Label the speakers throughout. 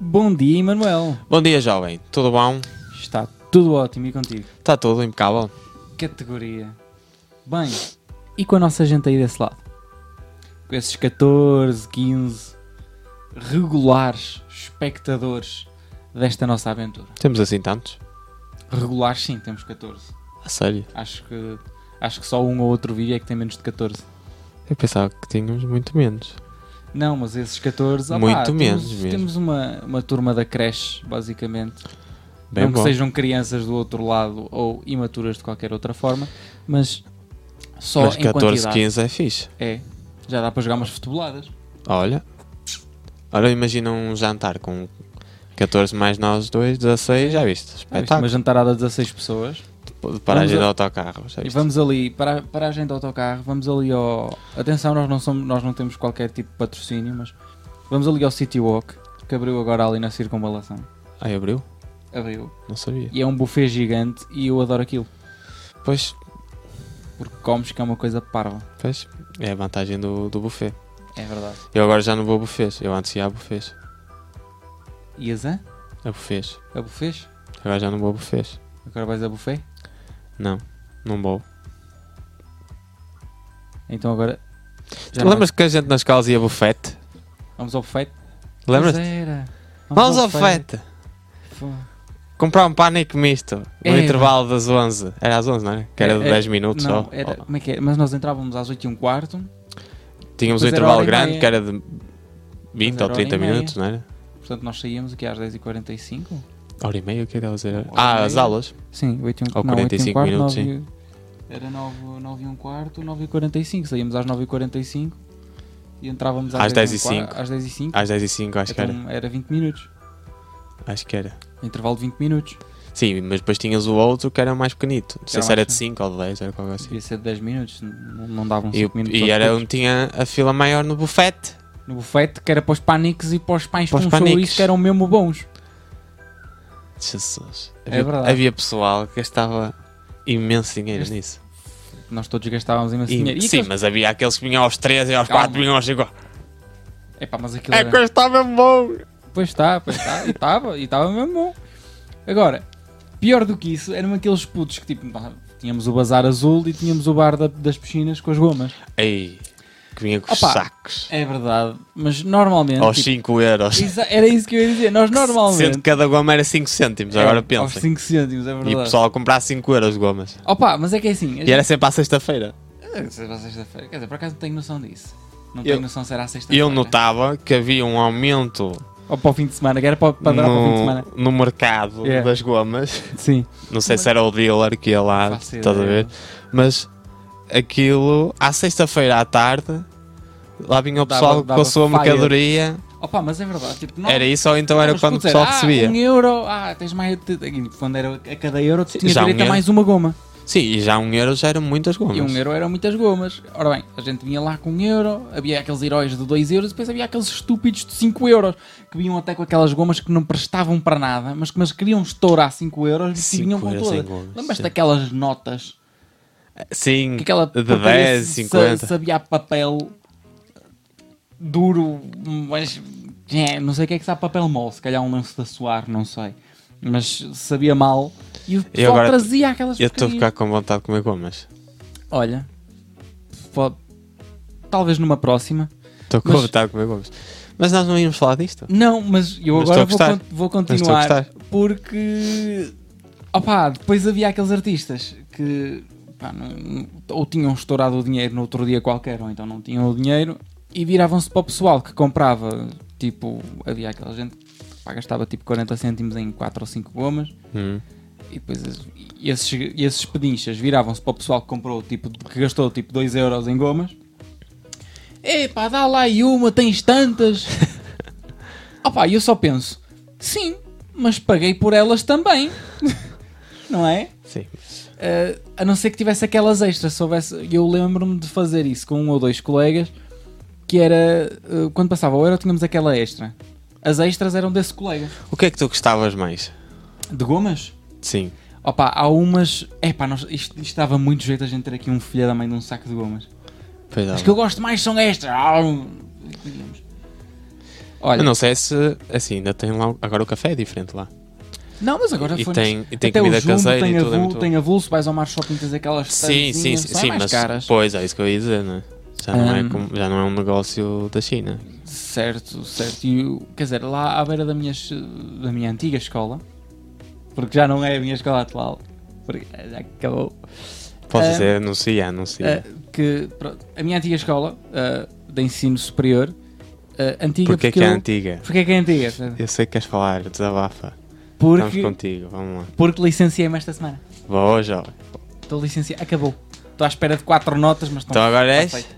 Speaker 1: Bom dia, Emanuel.
Speaker 2: Bom dia, jovem. Tudo bom?
Speaker 1: Está tudo ótimo e contigo?
Speaker 2: Está tudo impecável?
Speaker 1: Categoria. Bem, e com a nossa gente aí desse lado? Com esses 14, 15 regulares espectadores desta nossa aventura.
Speaker 2: Temos assim tantos?
Speaker 1: Regulares, sim, temos 14.
Speaker 2: A sério?
Speaker 1: Acho que, acho que só um ou outro vídeo é que tem menos de 14.
Speaker 2: Eu pensava que tínhamos muito menos.
Speaker 1: Não, mas esses 14. opá,
Speaker 2: Muito
Speaker 1: temos-
Speaker 2: menos
Speaker 1: Temos,
Speaker 2: mesmo.
Speaker 1: uma, uma turma da creche, basicamente.
Speaker 2: Bem
Speaker 1: não
Speaker 2: bom.
Speaker 1: que sejam crianças do outro lado ou imaturas de qualquer outra forma, mas só
Speaker 2: Mas
Speaker 1: em
Speaker 2: 14,
Speaker 1: quantidade.
Speaker 2: 15 é fixe.
Speaker 1: É. Já dá para jogar umas futeboladas.
Speaker 2: Olha. Olha, imagina um jantar com 14 mais nós dois, 16, já
Speaker 1: Ah,
Speaker 2: viste?
Speaker 1: isto é
Speaker 2: Espetáculo.
Speaker 1: uma jantarada de 16 pessoas.
Speaker 2: De Paragem de
Speaker 1: vamos
Speaker 2: autocarro, já
Speaker 1: E
Speaker 2: viste?
Speaker 1: vamos ali, para, para a gente do autocarro, vamos ali ao. Atenção, nós não, somos, nós não temos qualquer tipo de patrocínio, mas vamos ali ao City Walk, que abriu agora ali na circunvalação.
Speaker 2: Ai, abriu?
Speaker 1: Abriu.
Speaker 2: Não sabia.
Speaker 1: E é um buffet gigante e eu adoro aquilo.
Speaker 2: Pois,
Speaker 1: Porque comes que é uma coisa parva.
Speaker 2: pois. É a vantagem do, do buffet.
Speaker 1: É verdade.
Speaker 2: Eu agora já não vou a buffets. Eu antes ia a buffets.
Speaker 1: E a Zã?
Speaker 2: A buffets.
Speaker 1: A bufês?
Speaker 2: Agora já não vou a buffets.
Speaker 1: Agora vais a buffet?
Speaker 2: Não, não vou.
Speaker 1: Então agora. já
Speaker 2: Tu
Speaker 1: não
Speaker 2: lembras que a gente na escola ia bufete?
Speaker 1: vais- Vamos ao buffet?
Speaker 2: Lembras?
Speaker 1: Pois é. era.
Speaker 2: Vamos ao fete.
Speaker 1: Fo-
Speaker 2: Comprar um pânico misto no
Speaker 1: Era.
Speaker 2: intervalo das 11. Era às 11, não é? Que era de
Speaker 1: É, é,
Speaker 2: 10 minutos
Speaker 1: Não,
Speaker 2: só. Oh.
Speaker 1: era.
Speaker 2: Ou-
Speaker 1: Como é que era? Mas nós entrávamos às 8 e um quarto,
Speaker 2: Tínhamos um
Speaker 1: Mas era
Speaker 2: intervalo
Speaker 1: hora e
Speaker 2: grande
Speaker 1: meia.
Speaker 2: que era de 20
Speaker 1: Mas
Speaker 2: ou
Speaker 1: era hora
Speaker 2: 30
Speaker 1: e meia.
Speaker 2: minutos, não era?
Speaker 1: portanto nós saíamos aqui às 10h45.
Speaker 2: Hora e meia, o que era dizer?
Speaker 1: Hora e
Speaker 2: Ah,
Speaker 1: meia.
Speaker 2: as aulas.
Speaker 1: Sim, 8 e um
Speaker 2: Ou
Speaker 1: não, 8 e um
Speaker 2: 45
Speaker 1: quarto,
Speaker 2: minutos,
Speaker 1: 9 e- Era 9, 9 e um quarto, 9 e 45. Saíamos às 9 e 45 e entrávamos às,
Speaker 2: Às
Speaker 1: 10 e um quarto- Às 10 e 5.
Speaker 2: Às 10 e 5, Ah, acho que era.
Speaker 1: Então era 20 minutos.
Speaker 2: Acho que era.
Speaker 1: Intervalo de 20 minutos.
Speaker 2: Sim, mas depois tinhas o outro que era mais pequenito. Não sei
Speaker 1: Era
Speaker 2: se era
Speaker 1: mais
Speaker 2: de 5 ou de 10, era qualquer assim.
Speaker 1: Devia ser de 10 minutos, não, não davam
Speaker 2: E,
Speaker 1: 5 minutos.
Speaker 2: e
Speaker 1: aos
Speaker 2: era um
Speaker 1: putos.
Speaker 2: onde tinha a fila maior no bufete.
Speaker 1: No buffet que era para os pânicos e para os pães
Speaker 2: Para os
Speaker 1: com um chouriço
Speaker 2: pânicos.
Speaker 1: que eram mesmo bons.
Speaker 2: Jesus.
Speaker 1: É
Speaker 2: Havia,
Speaker 1: verdade.
Speaker 2: havia pessoal que gastava imenso dinheiro
Speaker 1: Este-
Speaker 2: nisso.
Speaker 1: Nós todos gastávamos imenso
Speaker 2: E-
Speaker 1: dinheiro. E
Speaker 2: sim,
Speaker 1: aqueles-
Speaker 2: mas havia aqueles que vinham aos 13 e aos
Speaker 1: Calma.
Speaker 2: 4 vinham aos 5.
Speaker 1: Epá, mas aquilo
Speaker 2: É
Speaker 1: era-
Speaker 2: que eu estava bom.
Speaker 1: Pois está, pois está. E estava, e estava mesmo bom. Agora, pior do que isso, eram aqueles putos que tipo, nós tínhamos o bazar azul e tínhamos o bar da- das piscinas com as gomas.
Speaker 2: Ei, que vinha com os
Speaker 1: Opa.
Speaker 2: sacos.
Speaker 1: É verdade, mas normalmente...
Speaker 2: Aos
Speaker 1: tipo,
Speaker 2: 5 euros.
Speaker 1: exa- era isso que eu ia dizer. Nós
Speaker 2: Sendo Oh, que
Speaker 1: normalmente...
Speaker 2: cada goma era 5 cêntimos, agora
Speaker 1: É, Aos
Speaker 2: pensem.
Speaker 1: 5 cêntimos, é verdade.
Speaker 2: E o pessoal a comprar 5 euros de gomas.
Speaker 1: Opa, mas é que é assim... a
Speaker 2: E era sempre à sexta-feira.
Speaker 1: Ah, se- na sexta-feira. Quer dizer, por acaso não tenho noção disso. Não
Speaker 2: Eu-
Speaker 1: tenho noção se era à sexta-feira.
Speaker 2: Eu notava que havia um aumento
Speaker 1: Ou para o fim de semana, que era para, para dar para o fim de semana. É.
Speaker 2: no, no mercado
Speaker 1: Yeah.
Speaker 2: das gomas.
Speaker 1: Sim.
Speaker 2: Não sei se era o dealer que ia lá,
Speaker 1: Faço
Speaker 2: estás a
Speaker 1: ideia.
Speaker 2: ver? Mas aquilo, à sexta-feira à tarde, lá vinha o
Speaker 1: Dava-
Speaker 2: pessoal com
Speaker 1: dava
Speaker 2: a sua
Speaker 1: fire.
Speaker 2: mercadoria.
Speaker 1: Opa, mas é verdade. Tipo, não,
Speaker 2: Era isso ou então
Speaker 1: não,
Speaker 2: era
Speaker 1: mas
Speaker 2: quando o
Speaker 1: puto, era,
Speaker 2: pessoal
Speaker 1: ah,
Speaker 2: recebia?
Speaker 1: Um euro, ah, tens mais. te- e Quando era a cada euro, tu tinhas
Speaker 2: já um
Speaker 1: direito a
Speaker 2: euro.
Speaker 1: mais uma goma.
Speaker 2: Sim, e já um euro já eram muitas gomas.
Speaker 1: E um euro eram muitas gomas. Ora bem, a gente vinha lá com um euro, havia aqueles heróis de 2 euros, e depois havia aqueles estúpidos de 5 euros que vinham até com aquelas gomas que não prestavam para nada, mas que mas queriam estourar 5 euros e
Speaker 2: Cinco
Speaker 1: vinham com
Speaker 2: euros em
Speaker 1: todas.
Speaker 2: gomas,
Speaker 1: Lembras
Speaker 2: sim.
Speaker 1: daquelas notas
Speaker 2: Sim,
Speaker 1: que aquela
Speaker 2: de
Speaker 1: porcaria
Speaker 2: 10,
Speaker 1: sa-
Speaker 2: 50.
Speaker 1: sabia a papel duro, mas é, não sei o que é que sabe papel mole, se calhar um lance de assoar, não sei. Mas sabia mal e o pessoal
Speaker 2: agora-
Speaker 1: trazia aquelas
Speaker 2: Eu estou a
Speaker 1: porcarias.
Speaker 2: ficar com vontade de comer gomas.
Speaker 1: Olha, pode- talvez numa próxima.
Speaker 2: Estou com
Speaker 1: Mas-
Speaker 2: vontade de comer gomas. Mas nós não íamos falar disto.
Speaker 1: Não, mas eu
Speaker 2: Mas
Speaker 1: agora vou,
Speaker 2: estou a gostar.
Speaker 1: con- vou
Speaker 2: Mas estou a
Speaker 1: continuar
Speaker 2: gostar.
Speaker 1: porque opá, depois havia aqueles artistas que pá, não- não- ou tinham estourado o dinheiro no outro dia qualquer, ou então não tinham o dinheiro e viravam-se para o pessoal que comprava, tipo, havia aquela gente que pá, gastava tipo 40 cêntimos em 4 ou 5 gomas
Speaker 2: Hum.
Speaker 1: e depois es- e esses, e esses pedinchas viravam-se para o pessoal que comprou, tipo, que gastou tipo 2 euros em gomas. Epá, dá lá aí uma, tens tantas. Opá, e eu só penso, sim, mas paguei por elas também. Não é?
Speaker 2: Sim.
Speaker 1: Uh, a não ser que tivesse aquelas extras. Se houvesse, eu lembro-me de fazer isso com um ou dois colegas, que era uh, quando passava o euro, tínhamos aquela extra. As extras eram desse colega.
Speaker 2: O que é que tu gostavas mais?
Speaker 1: De gomas?
Speaker 2: Sim.
Speaker 1: Opa, há umas. Epá, nós... isto, isto dava muito jeito a gente ter aqui um filho da mãe de um saco de
Speaker 2: Tá
Speaker 1: gomas.
Speaker 2: Pois dá.
Speaker 1: As que eu gosto mais são estas. Ah, digamos. Olha,
Speaker 2: Eu
Speaker 1: não.
Speaker 2: não sei se assim, ainda tem lá. Agora o café é diferente lá.
Speaker 1: mas agora
Speaker 2: E
Speaker 1: foi.
Speaker 2: tem, e tem
Speaker 1: Até
Speaker 2: comida
Speaker 1: o jumbo
Speaker 2: caseira
Speaker 1: tem
Speaker 2: e tudo. é
Speaker 1: avulso,
Speaker 2: muito bom.
Speaker 1: tem avulso, vais ao mar shopping tens aquelas
Speaker 2: sim, sim,
Speaker 1: standzinhas,
Speaker 2: sim,
Speaker 1: são
Speaker 2: sim,
Speaker 1: mais
Speaker 2: mas
Speaker 1: caras. Hum.
Speaker 2: pois é isso que eu ia dizer, né? Já não, é
Speaker 1: Ahm.
Speaker 2: como- já não é um negócio da China.
Speaker 1: Certo, certo. E, o- quer dizer, lá à beira da minha, es- da minha antiga escola, porque já não é a minha escola atual, porque já acabou.
Speaker 2: Posso
Speaker 1: Ahm.
Speaker 2: dizer, anuncia, anuncia.
Speaker 1: eh, que, pronto, a minha antiga escola eh, de ensino superior, eh, antiga
Speaker 2: Porquê
Speaker 1: porque,
Speaker 2: que é
Speaker 1: eu-
Speaker 2: antiga?
Speaker 1: porque é que é antiga? sabe?
Speaker 2: Eu sei que queres falar, desabafa. Estamos
Speaker 1: Porque,
Speaker 2: contigo, vamos lá.
Speaker 1: porque licenciei-me esta semana.
Speaker 2: Boa, jovem.
Speaker 1: Estou licenciado, acabou. Estou à espera de quatro notas, mas
Speaker 2: Então
Speaker 1: estão. tá
Speaker 2: agora és
Speaker 1: feito.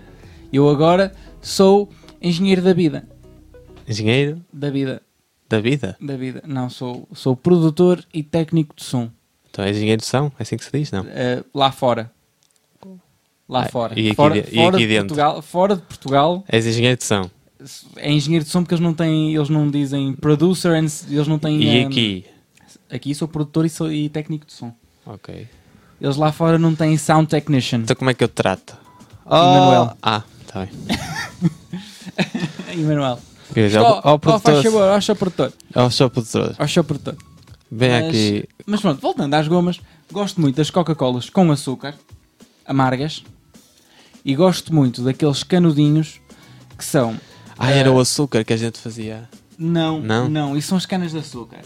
Speaker 1: Eu agora sou engenheiro da vida.
Speaker 2: engenheiro
Speaker 1: Da vida,
Speaker 2: da vida.
Speaker 1: da vida. Não, sou, sou produtor e técnico de som.
Speaker 2: Então és engenheiro de som, é assim que se diz, não?
Speaker 1: Eh, lá fora. Lá
Speaker 2: Ah,
Speaker 1: fora.
Speaker 2: e aqui
Speaker 1: fora,
Speaker 2: de- e
Speaker 1: fora de
Speaker 2: aqui dentro?
Speaker 1: Portugal, fora de Portugal
Speaker 2: És engenheiro de som.
Speaker 1: é engenheiro de som porque eles não têm, eles não dizem producer, and s- eles não têm.
Speaker 2: E
Speaker 1: eh,
Speaker 2: aqui?
Speaker 1: Aqui sou produtor e, sou- e técnico de som.
Speaker 2: Ok.
Speaker 1: Eles lá fora não têm sound technician.
Speaker 2: Então como é que eu te trato?
Speaker 1: Oh. Emanuel.
Speaker 2: Ah, tá bem.
Speaker 1: Emanuel.
Speaker 2: Eu já-
Speaker 1: Ó,
Speaker 2: ó,
Speaker 1: ó, Oh, faz
Speaker 2: produtor.
Speaker 1: favor, ó, seu produtor.
Speaker 2: Ó, sou produtor.
Speaker 1: Ó, seu produtor.
Speaker 2: Vem
Speaker 1: Mas-
Speaker 2: aqui.
Speaker 1: Mas pronto, voltando às gomas, gosto muito das Coca-Colas com açúcar, amargas, e gosto muito daqueles canudinhos que são.
Speaker 2: Ah,
Speaker 1: eh,
Speaker 2: era o açúcar que a gente fazia.
Speaker 1: Não,
Speaker 2: Não? Hum.
Speaker 1: não, isso são as canas de açúcar.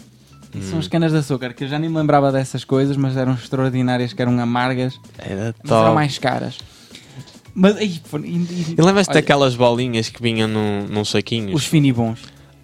Speaker 1: Isso são as canas de açúcar, que eu já nem me lembrava dessas coisas, mas eram extraordinárias, que eram amargas,
Speaker 2: Era
Speaker 1: mas eram
Speaker 2: top.
Speaker 1: mais caras. Mas aí, pô, e, e,
Speaker 2: E lembras-te
Speaker 1: olha,
Speaker 2: daquelas bolinhas que vinham num, num saquinho?
Speaker 1: Os finibons.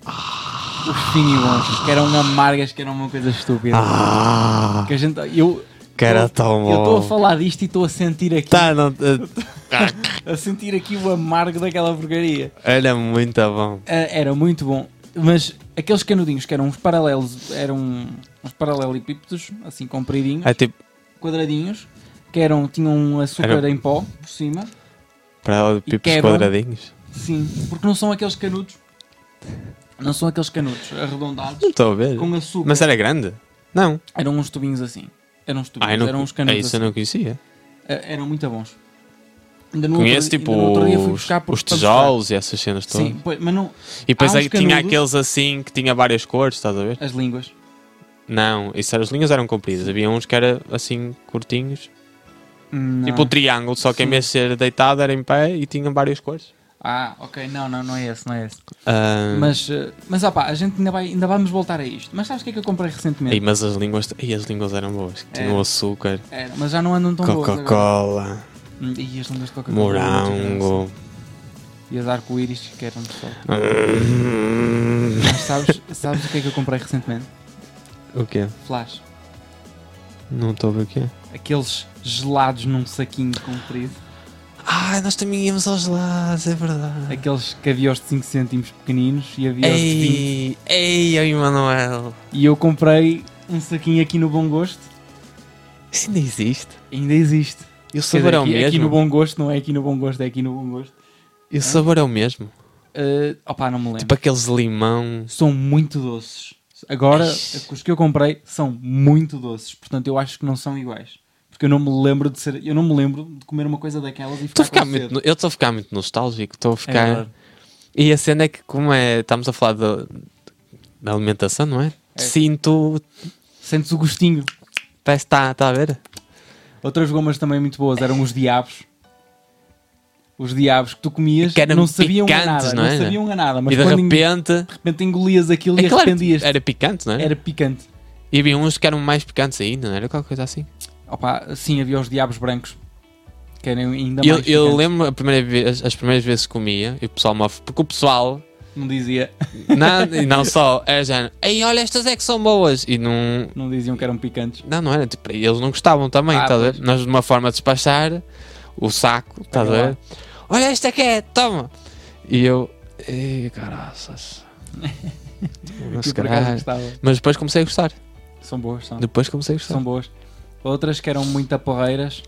Speaker 1: Os finibons, que eram amargas, que eram uma coisa estúpida.
Speaker 2: Ah,
Speaker 1: Que a gente, eu,
Speaker 2: que era
Speaker 1: eu-
Speaker 2: tão
Speaker 1: Eu estou a
Speaker 2: bom.
Speaker 1: falar disto e estou a sentir aqui
Speaker 2: Tá, não, eh,
Speaker 1: a sentir aqui o amargo daquela porcaria.
Speaker 2: era muito bom.
Speaker 1: Ah, era muito bom, mas aqueles canudinhos que eram uns paralelos, eram uns paralelepípedos, assim compridinhos,
Speaker 2: É tipo,
Speaker 1: quadradinhos, que eram, tinham um açúcar
Speaker 2: Era-
Speaker 1: em pó por cima.
Speaker 2: para lá de
Speaker 1: E
Speaker 2: pipos
Speaker 1: quebram.
Speaker 2: quadradinhos.
Speaker 1: Sim, porque não são aqueles canudos. Não são aqueles canudos arredondados
Speaker 2: Não estou a ver.
Speaker 1: com açúcar.
Speaker 2: Mas era grande? Não.
Speaker 1: Eram uns tubinhos assim. Eram uns tubinhos,
Speaker 2: Ah, eu não,
Speaker 1: eram uns
Speaker 2: é
Speaker 1: canudos.
Speaker 2: isso eu
Speaker 1: assim.
Speaker 2: não conhecia.
Speaker 1: Ah, eram muito bons. Ainda no outro
Speaker 2: Conheço
Speaker 1: dia-
Speaker 2: tipo
Speaker 1: ainda no outro dia fui
Speaker 2: os,
Speaker 1: buscar por-
Speaker 2: os
Speaker 1: para
Speaker 2: tijolos e essas cenas
Speaker 1: mostrar.
Speaker 2: todas.
Speaker 1: Sim, pois, mas não.
Speaker 2: E depois
Speaker 1: Há
Speaker 2: aí
Speaker 1: uns
Speaker 2: tinha
Speaker 1: canudos.
Speaker 2: aqueles assim que tinha várias cores, estás a ver?
Speaker 1: As línguas.
Speaker 2: Não, isso era- as linhas eram compridas. Havia uns que era assim curtinhos.
Speaker 1: Não.
Speaker 2: Tipo o triângulo, só que em
Speaker 1: Sim.
Speaker 2: vez de ser deitado era em pé e tinha várias cores.
Speaker 1: Ah, ok, não, não, não é esse, não é esse.
Speaker 2: Ah,
Speaker 1: Mas, eh, mas opá, a gente ainda, vai, ainda vamos voltar a isto. Mas sabes o que é que eu comprei recentemente?
Speaker 2: Ei, mas as línguas, ei, as línguas eram boas. que Tinham
Speaker 1: É.
Speaker 2: açúcar,
Speaker 1: Era, mas já não andam tão boas agora.
Speaker 2: Coca-Cola,
Speaker 1: Hum, E as línguas de Coca-Cola.
Speaker 2: morango.
Speaker 1: E as arco-íris que eram de sol.
Speaker 2: Hum.
Speaker 1: Mas sabes, sabes o que é que eu comprei recentemente?
Speaker 2: Ah. O quê?
Speaker 1: Flash.
Speaker 2: Não estou a ver o quê?
Speaker 1: Aqueles gelados num saquinho comprido.
Speaker 2: Ah, nós também íamos aos lados, é verdade.
Speaker 1: Aqueles caviões de 5 cêntimos pequeninos e
Speaker 2: é
Speaker 1: havia os de 20.
Speaker 2: Ei, ei, oi Manuel.
Speaker 1: E eu comprei um saquinho aqui no Bom Gosto.
Speaker 2: Isso ainda existe.
Speaker 1: Ainda existe.
Speaker 2: E
Speaker 1: Quer
Speaker 2: o sabor
Speaker 1: dizer,
Speaker 2: é o
Speaker 1: aqui, aqui no
Speaker 2: mesmo.
Speaker 1: Bom Gosto, não é aqui no Bom Gosto, é aqui no Bom Gosto.
Speaker 2: E o sabor é o mesmo.
Speaker 1: Eh, opá, não me lembro.
Speaker 2: Tipo aqueles de limão.
Speaker 1: são muito doces. Agora,
Speaker 2: Ixi.
Speaker 1: os que eu comprei são muito doces, portanto eu acho que não são iguais. Porque eu não me lembro de ser, eu não me lembro de comer uma coisa daquelas e
Speaker 2: Estou
Speaker 1: ficar, tá
Speaker 2: a ficar
Speaker 1: com
Speaker 2: muito,
Speaker 1: sede.
Speaker 2: no- eu estou a ficar muito nostálgico. Estou a
Speaker 1: É
Speaker 2: ficar.
Speaker 1: verdade.
Speaker 2: e a cena é que, como é, estamos a falar da, da alimentação, não é?
Speaker 1: É.
Speaker 2: Sinto.
Speaker 1: Sentes o gostinho.
Speaker 2: Parece que está está a ver?
Speaker 1: Outras gomas também muito boas eram os diabos. Os diabos que tu comias
Speaker 2: Que eram
Speaker 1: não sabiam a
Speaker 2: picantes,
Speaker 1: nada,
Speaker 2: não
Speaker 1: não,
Speaker 2: é?
Speaker 1: sabiam a nada, mas
Speaker 2: e de
Speaker 1: quando de
Speaker 2: repente.
Speaker 1: repente engolias aquilo e
Speaker 2: Aquilo era-
Speaker 1: arrependias-te. Era,
Speaker 2: era picante, não é?
Speaker 1: picante.
Speaker 2: E havia uns que eram mais picantes ainda, não era? Qualquer coisa assim.
Speaker 1: Opa, sim, havia os diabos brancos. Que eram ainda
Speaker 2: Eu,
Speaker 1: mais
Speaker 2: eu
Speaker 1: picantes.
Speaker 2: lembro a primeira vez, as primeiras vezes que comia, e o pessoal me, af- porque o pessoal,
Speaker 1: Não dizia,
Speaker 2: não, e não só, era já, ei, olha, estas é que são boas, e não,
Speaker 1: não diziam que eram picantes.
Speaker 2: não, não era, tipo, eles não gostavam também,
Speaker 1: Ah,
Speaker 2: estás a ver?
Speaker 1: pois.
Speaker 2: Nós, de uma forma de despachar o saco, estás a
Speaker 1: Olha lá.
Speaker 2: ver? Olha, esta que é, toma! E eu, ei, caraças, Mas,
Speaker 1: Que eu por acaso
Speaker 2: caralho.
Speaker 1: gostava.
Speaker 2: mas depois comecei a gostar,
Speaker 1: São boas, são.
Speaker 2: depois comecei a gostar.
Speaker 1: São boas. Outras que eram muito aporreiras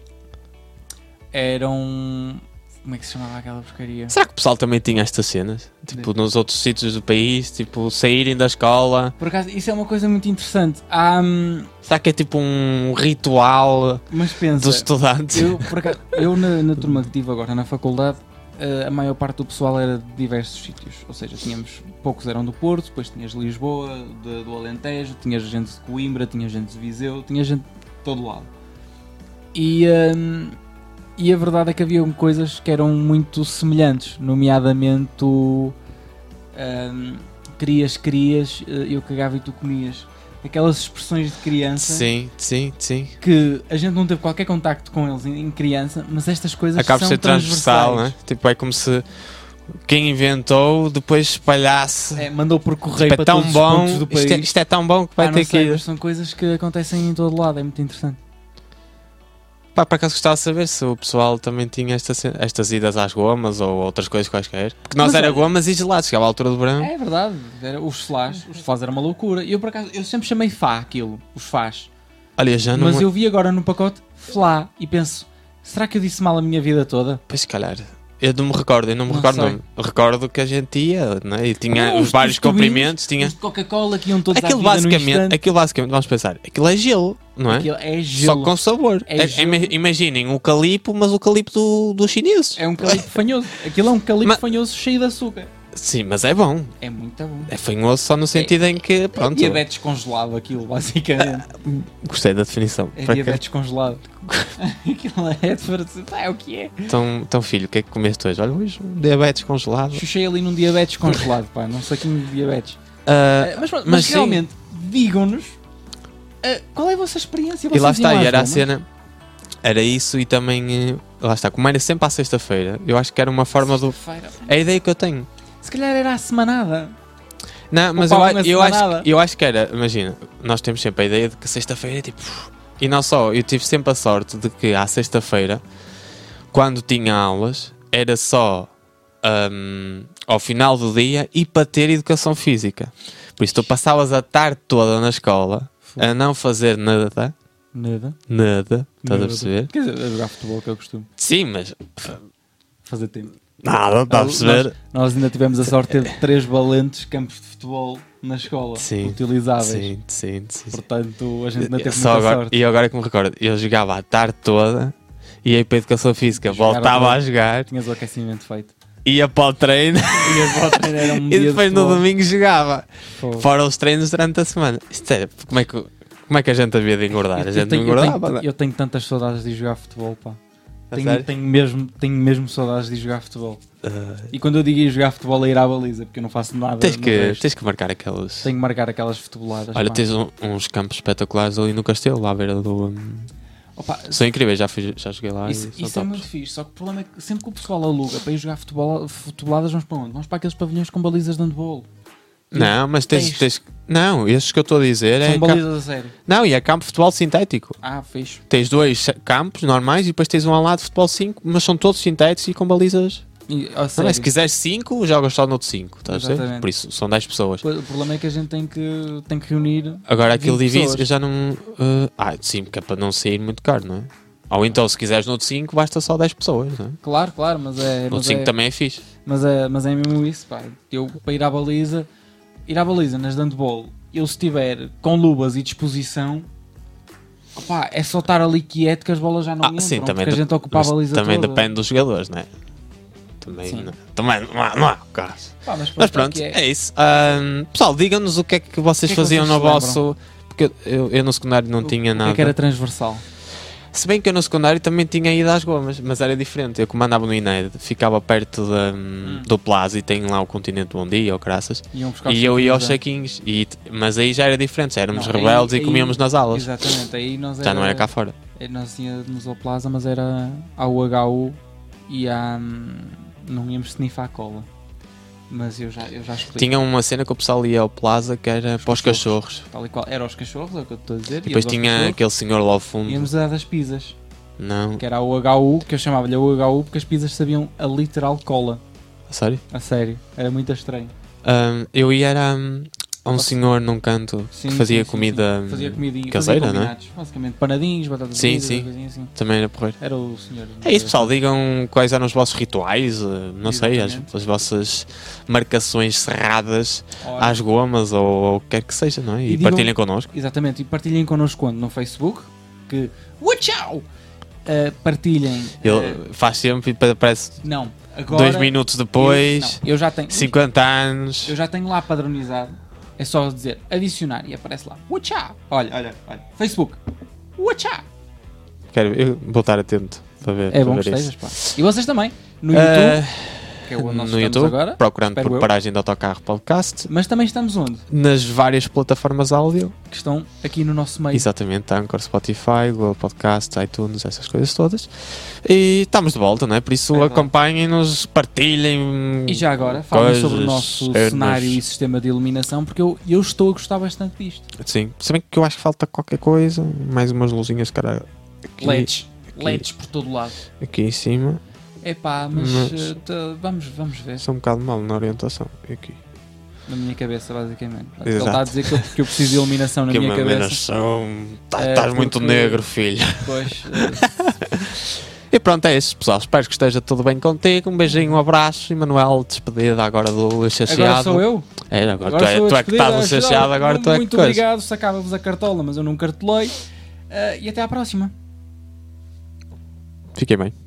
Speaker 1: eram Como é que se chamava aquela porcaria?
Speaker 2: Será que o pessoal também tinha estas cenas? Tipo, nos outros sítios do país, tipo, saírem da escola.
Speaker 1: Por acaso, isso é uma coisa muito interessante. Há, hum,
Speaker 2: Será que é tipo um ritual
Speaker 1: mas pensa,
Speaker 2: dos estudantes?
Speaker 1: eu, por acaso, eu na, na turma que tive agora na faculdade, eh, a maior parte do pessoal era de diversos sítios. Ou seja, tínhamos poucos eram do Porto, depois tinhas de Lisboa, de- do Alentejo, tinhas gente de Coimbra, tinha gente de Viseu, tinha gente de todo lado. E, hum, e a verdade é que haviam coisas que eram muito semelhantes, nomeadamente o, hum, querias, querias, eh, eu cagava e tu comias. Aquelas expressões de criança
Speaker 2: Sim, sim, sim.
Speaker 1: que a gente não teve qualquer contacto com eles em em criança, mas estas coisas
Speaker 2: Acaba por
Speaker 1: são
Speaker 2: ser transversal, né?
Speaker 1: transversais.
Speaker 2: Tipo, é como se quem inventou depois espalhasse.
Speaker 1: É, mandou por correio
Speaker 2: Tipo,
Speaker 1: para
Speaker 2: é tão
Speaker 1: todos os
Speaker 2: bom,
Speaker 1: pontos do país.
Speaker 2: isto é, isto é tão bom que
Speaker 1: Pá,
Speaker 2: vai
Speaker 1: não
Speaker 2: ter que
Speaker 1: sei,
Speaker 2: ir.
Speaker 1: mas são coisas que acontecem em todo lado, é muito interessante.
Speaker 2: Pá, por acaso gostava de saber se o pessoal também tinha esta cena- estas idas às gomas ou outras coisas quaisquer. Porque nós
Speaker 1: Mas
Speaker 2: era
Speaker 1: olha-
Speaker 2: gomas e gelados, chegava à altura do verão.
Speaker 1: É verdade, era, os flash, os flash era uma loucura. Eu por acaso, eu sempre chamei fá aquilo, os fás.
Speaker 2: Olha, já não.
Speaker 1: Mas eu vi agora no pacote flá e penso, será que eu disse mal a minha vida toda?
Speaker 2: Pois se calhar. Eu não me recordo, eu não me
Speaker 1: Não
Speaker 2: recordo.
Speaker 1: sei.
Speaker 2: Não. Recordo que a gente ia, né? E tinha
Speaker 1: Não, os-
Speaker 2: os vários
Speaker 1: os tubinhos,
Speaker 2: comprimentos, tinha.
Speaker 1: Os de Coca-Cola que iam todos à
Speaker 2: Aquilo
Speaker 1: vida no
Speaker 2: basicamente,
Speaker 1: instante.
Speaker 2: aquilo basicamente, vamos pensar, aquilo é gelo, não é?
Speaker 1: Aquilo é gelo.
Speaker 2: Só com sabor.
Speaker 1: É
Speaker 2: É-
Speaker 1: gelo.
Speaker 2: ima- imaginem um calipo, mas o calipo do, dos chineses.
Speaker 1: É um calipo fanhoso. Aquilo é um calipo
Speaker 2: Mas-
Speaker 1: fanhoso cheio de açúcar.
Speaker 2: Sim, mas é bom.
Speaker 1: É muito bom.
Speaker 2: É fanhoso só no sentido em
Speaker 1: É
Speaker 2: que, pronto, Ah,
Speaker 1: Diabetes congelado aquilo, basicamente.
Speaker 2: gostei da definição.
Speaker 1: É
Speaker 2: Para que-
Speaker 1: diabetes congelado. aquilo é diferente. Ah, é o que é?
Speaker 2: Então, então, filho, o que é que comeste hoje? Olha, hoje um diabetes congelado.
Speaker 1: Chuchei ali num diabetes congelado, pá, num saquinho de diabetes.
Speaker 2: Ah,
Speaker 1: Ah, mas pronto, mas,
Speaker 2: mas sim.
Speaker 1: realmente, digam-nos ah, qual é a vossa experiência.
Speaker 2: e lá
Speaker 1: Vocês né? iam
Speaker 2: está, e
Speaker 1: às
Speaker 2: era a
Speaker 1: gomas?
Speaker 2: cena. Era isso e também. eh, Lá está, como era sempre à sexta-feira, eu acho que era uma forma do.
Speaker 1: Feira.
Speaker 2: É a ideia que eu tenho.
Speaker 1: Se calhar era a semanada.
Speaker 2: Não, mas
Speaker 1: Opa,
Speaker 2: eu,
Speaker 1: uma
Speaker 2: a- eu, acho,
Speaker 1: semanada.
Speaker 2: que- eu acho que era, imagina, nós temos sempre a ideia de que sexta-feira é tipo. E não só, eu tive sempre a sorte de que à sexta-feira, quando tinha aulas, era só hum, ao final do dia e para ter educação física. Por isso, tu passavas a tarde toda na escola a não fazer nada,
Speaker 1: Nada.
Speaker 2: nada, estás a
Speaker 1: Nada.
Speaker 2: perceber?
Speaker 1: Quer dizer, a jogar futebol que eu costumo
Speaker 2: Sim, mas.
Speaker 1: fazer tempo.
Speaker 2: Nada, estás a perceber?
Speaker 1: Nós ainda tivemos a sorte de ter três valentes campos de futebol na escola
Speaker 2: Sim.
Speaker 1: utilizáveis.
Speaker 2: Sim, sim, sim. sim.
Speaker 1: Portanto, a gente ainda teve
Speaker 2: Só
Speaker 1: muita
Speaker 2: agora-
Speaker 1: sorte.
Speaker 2: E agora é que me recordo, eu jogava a tarde toda, ia para a educação física,
Speaker 1: Jogava
Speaker 2: voltava
Speaker 1: toda.
Speaker 2: a jogar,
Speaker 1: Tinhas o aquecimento feito.
Speaker 2: ia para o treino
Speaker 1: E a volta era um
Speaker 2: e
Speaker 1: dia de
Speaker 2: depois no
Speaker 1: futebol.
Speaker 2: domingo jogava.
Speaker 1: Fogo.
Speaker 2: Fora os treinos durante a semana. Isto é, como é que, como é que a gente havia de engordar? A gente não
Speaker 1: eu,
Speaker 2: engordava.
Speaker 1: tenho,
Speaker 2: não é?
Speaker 1: eu tenho tantas saudades de jogar futebol, pá.
Speaker 2: A
Speaker 1: Tenho,
Speaker 2: sério?
Speaker 1: tenho mesmo, tenho mesmo saudades de jogar futebol.
Speaker 2: Ah,
Speaker 1: E quando eu digo ir jogar futebol é ir à baliza, porque eu não faço nada.
Speaker 2: tens,
Speaker 1: no
Speaker 2: que,
Speaker 1: resto.
Speaker 2: tens que marcar aqueles.
Speaker 1: Tenho que marcar aquelas futeboladas.
Speaker 2: Olha,
Speaker 1: pá.
Speaker 2: tens um- uns campos espetaculares ali no castelo, lá à beira do. hum,
Speaker 1: Opa,
Speaker 2: São incríveis, já, fui- já joguei lá.
Speaker 1: isso,
Speaker 2: e
Speaker 1: isso
Speaker 2: são
Speaker 1: é
Speaker 2: tops.
Speaker 1: muito fixe, só que o problema é que sempre que o pessoal aluga para ir jogar futebol, futeboladas, vamos para onde? Vamos para aqueles pavilhões com balizas de handball.
Speaker 2: Não, mas tens,
Speaker 1: Tens.
Speaker 2: tens. Não, estes que eu estou a dizer é.
Speaker 1: São
Speaker 2: ca-
Speaker 1: balizas a sério.
Speaker 2: Não, e é campo de futebol sintético.
Speaker 1: Ah, fixe.
Speaker 2: Tens dois campos normais e depois tens um ao lado de futebol 5, mas são todos sintéticos e com balizas.
Speaker 1: E, a
Speaker 2: Não
Speaker 1: sério.
Speaker 2: é? Se quiseres 5, jogas só no outro 5, estás a ver?
Speaker 1: Exatamente.
Speaker 2: Por isso, são 10 pessoas.
Speaker 1: O problema é que a gente tem que, tem que reunir.
Speaker 2: Agora aquilo
Speaker 1: 20
Speaker 2: divide,
Speaker 1: pessoas.
Speaker 2: eu já não. eh, ah, sim, porque é para não sair muito caro, não é? Ou então, se quiseres no outro 5, basta só 10 pessoas, não é?
Speaker 1: Claro, claro, mas é.
Speaker 2: No
Speaker 1: mas
Speaker 2: 5
Speaker 1: é-
Speaker 2: também é fixe.
Speaker 1: Mas é, mas é mesmo isso, pá. Eu, para ir à baliza, ir à baliza nas de handball, eu se estiver com luvas e disposição, opá, é só estar ali quieto que as bolas já não
Speaker 2: Ah,
Speaker 1: entram,
Speaker 2: sim, também
Speaker 1: porque a
Speaker 2: de-
Speaker 1: gente ocupa a
Speaker 2: mas
Speaker 1: baliza
Speaker 2: Também
Speaker 1: toda.
Speaker 2: depende dos jogadores, não é? Também
Speaker 1: Sim.
Speaker 2: não, também não há, não há caso.
Speaker 1: Pá, mas pronto,
Speaker 2: Mas pronto,
Speaker 1: é que é.
Speaker 2: é isso. Ahm, pessoal, digam-nos o que é que vocês
Speaker 1: O que é que
Speaker 2: faziam
Speaker 1: vocês
Speaker 2: no
Speaker 1: se lembram?
Speaker 2: vosso. Porque eu, eu- eu no secundário não tinha
Speaker 1: O que é
Speaker 2: nada.
Speaker 1: que era transversal.
Speaker 2: Se bem que eu no secundário também tinha ido às gomas, mas era diferente. Eu comandava no INED, ficava perto da, hum,
Speaker 1: Hum.
Speaker 2: do Plaza e tem lá o Continente Bom Dia ou Craças.
Speaker 1: Iam buscar os
Speaker 2: E eu ia aos
Speaker 1: chequinhos,
Speaker 2: chequinhos, e, mas aí já era diferente, já éramos
Speaker 1: é. Não, aí-
Speaker 2: rebeldes e
Speaker 1: aí-
Speaker 2: comíamos nas
Speaker 1: é.
Speaker 2: aulas.
Speaker 1: Exatamente, aí nós
Speaker 2: Já não era cá fora.
Speaker 1: é, Nós íamos ao Plaza, mas era ao HU e à. hum, Não íamos snifar a cola. Mas eu já, eu já explico.
Speaker 2: Tinha uma cena que o pessoal ia ao Plaza que era para os cachorros.
Speaker 1: Tal e qual. Era aos cachorros, é o que eu estou a dizer.
Speaker 2: E depois
Speaker 1: íamos aos
Speaker 2: tinha
Speaker 1: cachorros.
Speaker 2: aquele senhor lá ao fundo.
Speaker 1: Íamos a dar das pizzas,
Speaker 2: Não,
Speaker 1: que era o HU, que eu chamava-lhe o HU porque as pizzas sabiam a literal cola.
Speaker 2: sério?
Speaker 1: A sério, era muito estranho.
Speaker 2: Ahm, eu ia era. hum, a um senhor num canto
Speaker 1: Sim,
Speaker 2: que fazia
Speaker 1: sim, sim,
Speaker 2: comida. hum,
Speaker 1: sim. Fazia comida e fazia
Speaker 2: caseira, não é?
Speaker 1: combinados. Basicamente panadinhos, batatas
Speaker 2: Sim,
Speaker 1: fritas,
Speaker 2: sim.
Speaker 1: uma coisinha assim.
Speaker 2: Também era porreiro.
Speaker 1: Era o senhor.
Speaker 2: É isso, pessoal. Digam quais eram os vossos rituais, eh, não sei, as,
Speaker 1: Exatamente.
Speaker 2: as vossas marcações cerradas
Speaker 1: Ora,
Speaker 2: às gomas ou, ou o que quer que seja, não é? E,
Speaker 1: E digam-
Speaker 2: partilhem connosco.
Speaker 1: Exatamente. E partilhem connosco quando? No Facebook. Que. Watch out! Eh, partilhem. eh,
Speaker 2: Ele faz sempre e aparece
Speaker 1: não. Agora.
Speaker 2: dois minutos depois,
Speaker 1: Não, eu já tenho.
Speaker 2: 50 anos.
Speaker 1: Eu já tenho lá padronizado. É só dizer adicionar e aparece lá. Watcha! Olha, olha, olha. Facebook. Watcha!
Speaker 2: Quero eu vou estar atento para ver,
Speaker 1: É
Speaker 2: para
Speaker 1: bom que
Speaker 2: ver
Speaker 1: estejas,
Speaker 2: isso.
Speaker 1: pá. E vocês também. No
Speaker 2: Eh,
Speaker 1: YouTube, que é onde nós
Speaker 2: no
Speaker 1: estamos
Speaker 2: YouTube,
Speaker 1: agora.
Speaker 2: procurando
Speaker 1: espero
Speaker 2: por
Speaker 1: eu.
Speaker 2: Paragem de Autocarro Podcast,
Speaker 1: Mas também estamos onde?
Speaker 2: nas várias plataformas áudio,
Speaker 1: Que estão aqui no nosso meio.
Speaker 2: exatamente, Anchor, Spotify, Google Podcast, iTunes, essas coisas todas. E estamos de volta, não é? Por isso
Speaker 1: É verdade.
Speaker 2: acompanhem-nos, partilhem.
Speaker 1: E já agora, falem sobre o
Speaker 2: coisas,
Speaker 1: nosso
Speaker 2: cenas.
Speaker 1: cenário e sistema de iluminação, porque eu, eu estou a gostar bastante disto.
Speaker 2: Sim, se bem que eu acho que falta qualquer coisa, mais umas luzinhas, cara. Aqui,
Speaker 1: LEDs. LEDs por todo lado.
Speaker 2: aqui em cima,
Speaker 1: É pá, mas,
Speaker 2: Mas-
Speaker 1: eh, tá- vamos, vamos ver.
Speaker 2: são um bocado mal na orientação. E Aqui.
Speaker 1: Na minha cabeça, basicamente. Ele
Speaker 2: Exato.
Speaker 1: está a dizer que eu, que eu preciso de iluminação na
Speaker 2: que
Speaker 1: minha cabeça. É,
Speaker 2: Tá, Estás muito
Speaker 1: porque-
Speaker 2: negro, filho.
Speaker 1: Pois, eh,
Speaker 2: E pronto, é isso, pessoal. Espero que esteja tudo bem contigo. Um beijinho, um abraço. E Manuel, despedida agora do Chacheado.
Speaker 1: agora sou eu.
Speaker 2: É, agora,
Speaker 1: Agora
Speaker 2: tu, é,
Speaker 1: sou eu
Speaker 2: tu é que
Speaker 1: despedida,
Speaker 2: estás no
Speaker 1: afinal,
Speaker 2: Chacheado, agora tu é que
Speaker 1: Muito
Speaker 2: coisa.
Speaker 1: obrigado, sacava-vos a cartola, mas eu não cartolei. Eh, e até à próxima.
Speaker 2: Fiquem bem.